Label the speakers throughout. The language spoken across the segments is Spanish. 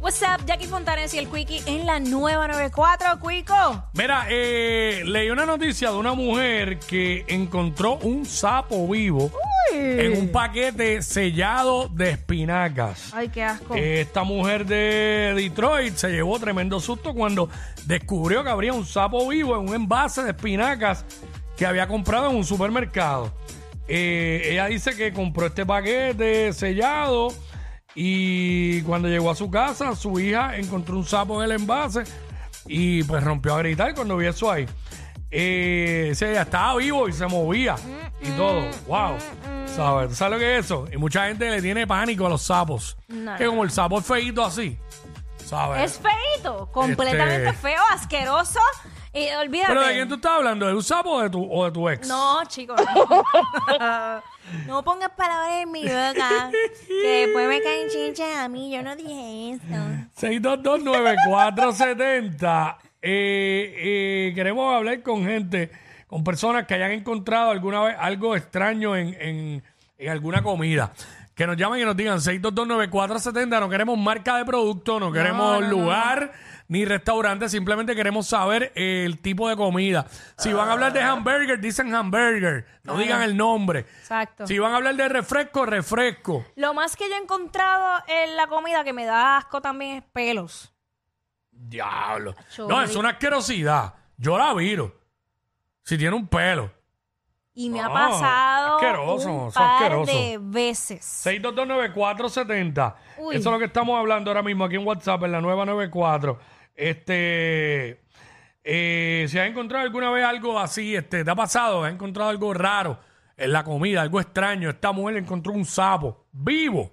Speaker 1: What's up, Jackie Fontanes y el Quickie en la nueva 94, Quico.
Speaker 2: Mira, eh, leí una noticia de una mujer que encontró un sapo vivo en un paquete sellado de espinacas.
Speaker 1: Ay, qué asco.
Speaker 2: Esta mujer de Detroit se llevó tremendo susto cuando descubrió que habría un sapo vivo en un envase de espinacas que había comprado en un supermercado. Eh, ella dice que compró este paquete sellado y cuando llegó a su casa, su hija encontró un sapo en el envase y pues rompió a gritar cuando vio eso ahí. Eh, dice, ella estaba vivo y se movía y todo. ¡Wow! ¿Sabes? ¿Tú ¿Sabes lo que es eso? Y mucha gente le tiene pánico a los sapos.
Speaker 1: No,
Speaker 2: que
Speaker 1: no,
Speaker 2: como el sapo es feíto así. ¿Sabes?
Speaker 1: Es feito, completamente
Speaker 2: Este-
Speaker 1: feo, asqueroso. Y olvídate.
Speaker 2: Pero ¿de quién tú estás hablando? ¿De un sapo o de tu, o de tu ex?
Speaker 1: No, chicos. No, No pongas palabras en mi boca. Que después me caen chinches a mí. Yo no dije eso.
Speaker 2: 6229470. Eh, eh, queremos hablar con gente, con personas que hayan encontrado alguna vez algo extraño en, en- en alguna comida. Que nos llamen y nos digan 6229470. No queremos marca de producto, no queremos lugar ni restaurante, simplemente queremos saber eh, el tipo de comida. Si van a hablar de
Speaker 1: Ah.
Speaker 2: hamburger, dicen hamburger, no digan el nombre.
Speaker 1: Exacto.
Speaker 2: Si van a hablar de refresco, refresco.
Speaker 1: Lo más que yo he encontrado en la comida que me da asco también es pelos.
Speaker 2: Diablo.
Speaker 1: Acho,
Speaker 2: No, es una asquerosidad. Yo la viro. Si tiene un pelo.
Speaker 1: Y me ha
Speaker 2: No,
Speaker 1: pasado
Speaker 2: Ah, asqueroso,
Speaker 1: un
Speaker 2: es
Speaker 1: par
Speaker 2: asqueroso.
Speaker 1: de veces.
Speaker 2: 6229470. Eso
Speaker 1: Uy.
Speaker 2: es lo que estamos hablando ahora mismo aquí en WhatsApp, en la nueva 94. Este. eh, si has encontrado alguna vez algo así, este, te ha pasado, has encontrado algo raro en la comida, algo extraño. Esta mujer encontró un sapo vivo.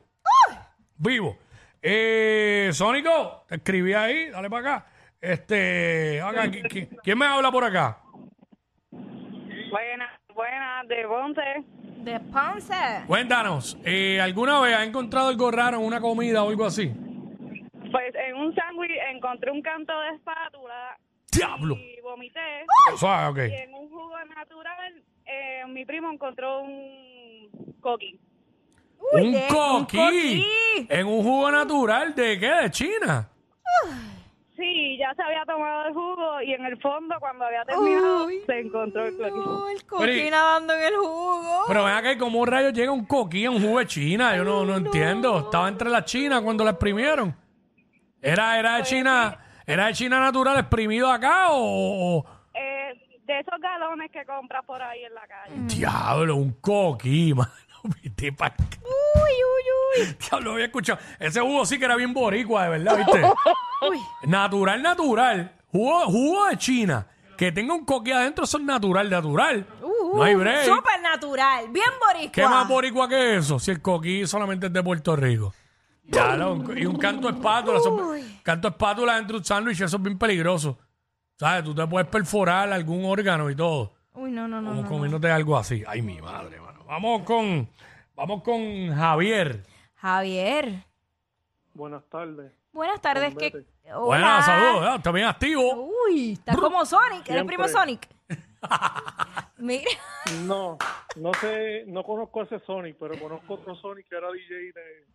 Speaker 2: Vivo. Eh, Sónico, te escribí ahí, dale para acá. Este, acá, ¿qui- qui- ¿quién me habla por acá?
Speaker 3: Buenas, buenas, de Ponce.
Speaker 1: De Ponce.
Speaker 2: Cuéntanos, eh, ¿alguna vez has encontrado algo raro en una comida o algo así?
Speaker 3: Pues en un sándwich encontré un canto de espátula
Speaker 2: ¡Diablo!
Speaker 3: y vomité.
Speaker 2: Suave, ok.
Speaker 3: Y en un jugo natural, eh, mi primo encontró un coqui.
Speaker 2: un
Speaker 1: de- un
Speaker 2: coquí.
Speaker 1: coquí.
Speaker 2: En un jugo natural de qué? De China.
Speaker 3: Sí, ya se había tomado el jugo y en el fondo, cuando había terminado,
Speaker 1: Uy,
Speaker 3: se encontró el coqui.
Speaker 1: No, el
Speaker 2: Pero y-
Speaker 1: coquí nadando en el jugo.
Speaker 2: Pero ven acá, ¿cómo rayos llega un coquí a un jugo de China? Yo no, no entiendo. Estaba entre las chinas cuando la exprimieron. ¿Era, era de
Speaker 1: Pues
Speaker 2: China era de China natural exprimido acá o...? o-
Speaker 3: Eh, de esos galones que compras por ahí en la calle.
Speaker 2: Mm. Diablo, un coquí, mano. Viste pa' acá.
Speaker 1: Uy, uy, uy.
Speaker 2: Diablo, había escuchado. Ese jugo sí que era bien boricua, de verdad, ¿viste?
Speaker 1: Uy.
Speaker 2: Natural, natural. Jugo, jugo de China. Que tenga un coquí adentro, eso es natural, natural.
Speaker 1: Uh,
Speaker 2: no hay break.
Speaker 1: Súper natural. Bien boricua.
Speaker 2: ¿Qué más boricua que eso? Si el coquí solamente es de Puerto Rico. Ya, lo- un- y un canto de espátula. eso-
Speaker 1: Uy.
Speaker 2: canto de espátula dentro de un sándwich, eso es bien peligroso. ¿Sabes? Tú te puedes perforar algún órgano y todo.
Speaker 1: Uy, no, no, no.
Speaker 2: Como
Speaker 1: no, no.
Speaker 2: comiéndote algo así. Ay, mi madre, mano. Vamos con, vamos con Javier.
Speaker 1: Javier.
Speaker 4: Buenas tardes.
Speaker 1: Buenas tardes. ¿qué- Hola.
Speaker 2: Buenas, saludos. Ya, Está bien activo.
Speaker 1: Uy, estás como Sonic. ¿Eres
Speaker 4: Siempre.
Speaker 1: primo Sonic? Mira.
Speaker 4: No, no sé, no conozco a ese Sonic, pero conozco otro Sonic que era DJ de,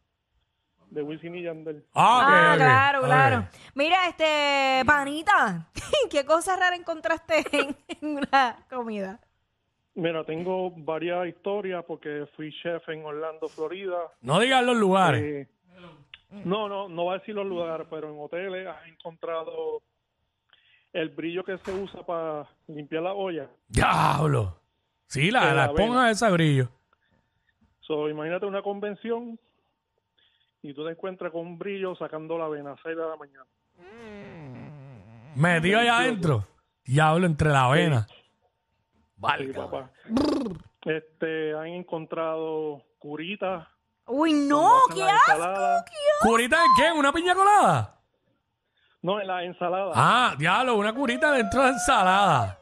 Speaker 4: de Wisin y Yandel.
Speaker 2: Ah, ok,
Speaker 1: Ah,
Speaker 2: ok,
Speaker 1: claro,
Speaker 2: ok.
Speaker 1: claro. Mira, este, panita, ¿qué cosa rara encontraste en, en una comida?
Speaker 4: Mira, tengo varias historias porque fui chef en Orlando, Florida.
Speaker 2: No digas los lugares.
Speaker 4: Eh, No, no, no va a decir los lugares, pero en hoteles has encontrado el brillo que se usa para limpiar la olla.
Speaker 2: Diablo. Sí, la,
Speaker 4: Te
Speaker 2: la
Speaker 4: la
Speaker 2: esponja
Speaker 4: veo.
Speaker 2: de esa brillo.
Speaker 4: So, imagínate una convención y tú te encuentras con un brillo sacando la avena a 6 de la mañana.
Speaker 2: Metido allá adentro. Diablo entre la avena.
Speaker 4: Sí,
Speaker 2: Vale.
Speaker 4: papá. Este, han encontrado curitas.
Speaker 1: Uy, no,
Speaker 4: cuando hacen
Speaker 1: qué
Speaker 4: la
Speaker 1: asco.
Speaker 4: ensalada.
Speaker 2: ¿Curita de qué? ¿Una piña colada?
Speaker 4: No, en la ensalada.
Speaker 2: Ah, diablo, una curita dentro de ensalada.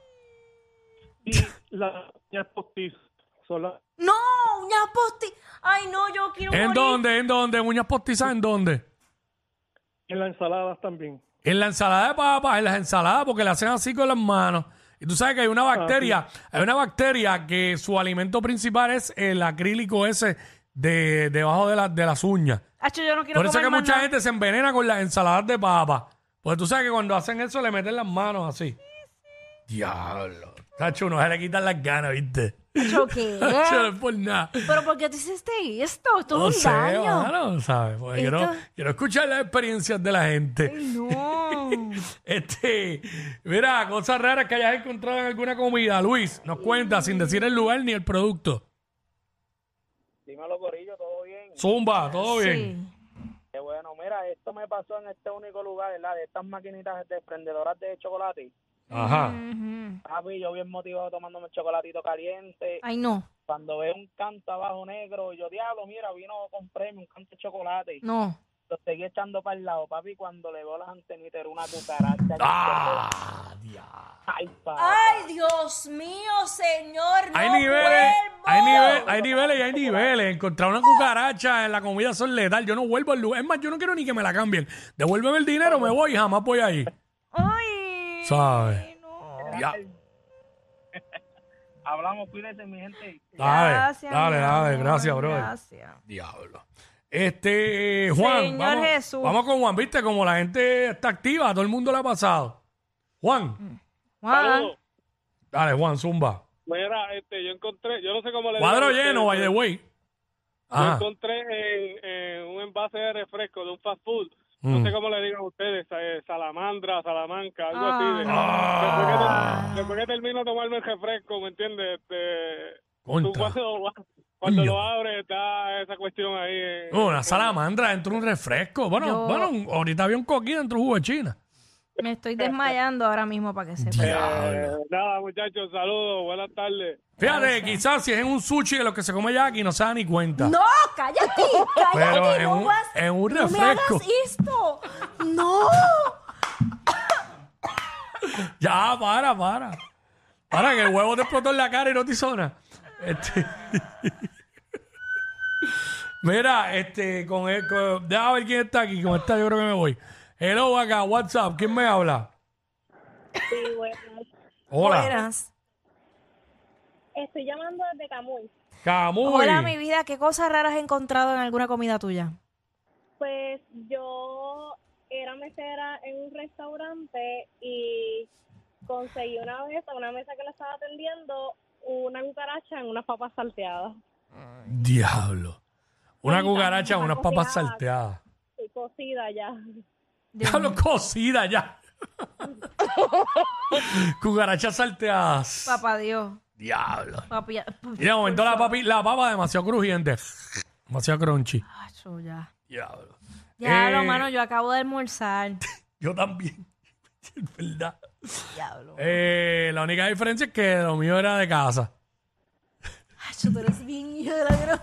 Speaker 4: Y las uñas postizas. Son las
Speaker 1: No, uñas posti. Ay, no, yo quiero
Speaker 2: ¿En
Speaker 1: morir.
Speaker 2: dónde? ¿En dónde? ¿Uñas postizas en dónde?
Speaker 4: en las ensaladas también.
Speaker 2: En la ensalada de papas, en las ensaladas, porque la hacen así con las manos. Y tú sabes que hay una
Speaker 1: Ah,
Speaker 2: bacteria, hay una bacteria que su alimento principal es el acrílico ese de debajo de, las de las uñas.
Speaker 1: Hacho, yo no quiero
Speaker 2: Por eso
Speaker 1: comer
Speaker 2: que
Speaker 1: más
Speaker 2: mucha
Speaker 1: nada.
Speaker 2: gente se envenena con las ensaladas de papas. Porque tú sabes que cuando hacen eso le meten las manos así. Diablo. Tacho, uno se le quitan las ganas, ¿viste?
Speaker 1: Hacho, ¿qué?
Speaker 2: Tacho, no es por nada.
Speaker 1: Pero ¿por qué tú hiciste esto? Esto
Speaker 2: No
Speaker 1: es un
Speaker 2: sé,
Speaker 1: daño.
Speaker 2: mano, ¿sabes? Porque quiero,
Speaker 1: Esto-
Speaker 2: quiero escuchar las experiencias de la gente.
Speaker 1: No.
Speaker 2: Este, mira, cosas raras que hayas encontrado en alguna comida. Luis, nos cuenta sin decir el lugar ni el producto.
Speaker 5: Dímelo, Corillo, todo bien.
Speaker 2: Zumba, todo bien.
Speaker 1: Sí.
Speaker 5: Qué bueno, mira, esto me pasó en este único lugar, ¿verdad? De estas maquinitas desprendedoras de chocolate.
Speaker 2: Ajá.
Speaker 1: Mm. Ujú.
Speaker 5: Papi, yo bien motivado tomándome el chocolatito caliente.
Speaker 1: Ay, no.
Speaker 5: Cuando veo un canto abajo negro, yo, diablo, mira, vino con premio, un canto de chocolate.
Speaker 1: No.
Speaker 5: Lo seguí echando para el lado, papi, cuando le veo las antenitas, era una cucaracha.
Speaker 2: Ah, diablo.
Speaker 5: ¡Ay, papi!
Speaker 1: Ay, Dios mío, señor.
Speaker 2: Hay
Speaker 1: no
Speaker 2: niveles,
Speaker 1: vuelvo.
Speaker 2: hay, nive- hay niveles y hay niveles. Encontrar una cucaracha en la comida son letal. Yo no vuelvo al lugar. Es más, yo no quiero ni que me la cambien. Devuélveme el dinero, me voy y jamás voy ahí.
Speaker 1: Ay.
Speaker 2: ¿Sabes?
Speaker 1: no.
Speaker 2: Ya.
Speaker 5: Hablamos, cuídense, mi gente.
Speaker 2: Dale,
Speaker 1: Gracias,
Speaker 2: dale,
Speaker 1: mi
Speaker 2: dale.
Speaker 1: amor,
Speaker 2: Gracias, brother.
Speaker 1: Gracias.
Speaker 2: Diablo. Este, Juan.
Speaker 1: Señor
Speaker 2: vamos,
Speaker 1: Jesús.
Speaker 2: Vamos con Juan, viste, como la gente está activa, todo el mundo le ha pasado. Juan,
Speaker 1: Juan.
Speaker 4: Saludos.
Speaker 2: dale, Juan, zumba.
Speaker 4: Mira, este, yo encontré, yo no sé cómo le
Speaker 2: Cuadro
Speaker 4: digan
Speaker 2: lleno, ah. by
Speaker 4: ustedes,
Speaker 2: the way.
Speaker 4: Yo
Speaker 2: Ajá.
Speaker 4: encontré en, en un envase de refresco de un fast food. No
Speaker 2: Mm.
Speaker 4: sé cómo le digan ustedes, eh, salamandra, salamanca, algo así. De,
Speaker 2: Ah.
Speaker 4: después, que, te- después que termino de tomarme el refresco, ¿me entiendes? Este, tú
Speaker 2: Contra.
Speaker 4: cuando, cuando
Speaker 2: Coño.
Speaker 4: lo abres está esa cuestión ahí. eh.
Speaker 2: Una salamandra dentro de un refresco. Bueno,
Speaker 1: Yo-
Speaker 2: bueno, un- ahorita había un coquí dentro de un jugo de China.
Speaker 1: Me estoy desmayando ahora mismo para que sepa.
Speaker 2: Diablo.
Speaker 4: Eh, nada, muchachos, saludos, buenas tardes.
Speaker 2: Fíjate, quizás si es en un sushi de lo que se come ya aquí no se da ni cuenta.
Speaker 1: No, cállate,
Speaker 2: Pero
Speaker 1: cállate,
Speaker 2: en
Speaker 1: no
Speaker 2: un-
Speaker 1: vas-
Speaker 2: en un
Speaker 1: No me hagas
Speaker 2: refresco.
Speaker 1: esto. No.
Speaker 2: Ya, para, para. Para, que el huevo te explotó en la cara y no te hizo nada. Este... Mira, este, con, el- con- Déjame ver quién está aquí. Con esta yo creo que me voy. Hello, acá, WhatsApp. ¿Quién me habla?
Speaker 3: Sí, buenas.
Speaker 2: Hola.
Speaker 1: Buenas.
Speaker 3: Estoy llamando desde Camuy.
Speaker 2: Camuy.
Speaker 1: Hola, mi vida, ¿qué cosas raras has encontrado en alguna comida tuya?
Speaker 3: Pues yo era mesera en un restaurante y conseguí una vez a una mesa que la estaba atendiendo una cucaracha en unas papas salteadas.
Speaker 2: Diablo. Una cucaracha,
Speaker 3: una
Speaker 2: unas papas
Speaker 3: cocinada.
Speaker 2: salteadas.
Speaker 3: Y cocida ya.
Speaker 2: Diablo, cocida ya. Cucarachas salteadas.
Speaker 1: Papá Dios.
Speaker 2: Diablo.
Speaker 1: Papi, ya- pues,
Speaker 2: Y de momento la, papi, la papa demasiado crujiente. Demasiado crunchy.
Speaker 1: Acho, ya.
Speaker 2: Diablo.
Speaker 1: Diablo,
Speaker 2: Eh,
Speaker 1: mano, yo acabo de almorzar.
Speaker 2: Yo también. Es verdad.
Speaker 1: Diablo.
Speaker 2: Eh, la única diferencia es que lo mío era de casa.
Speaker 1: Acho, tú eres bien hijo de la gran-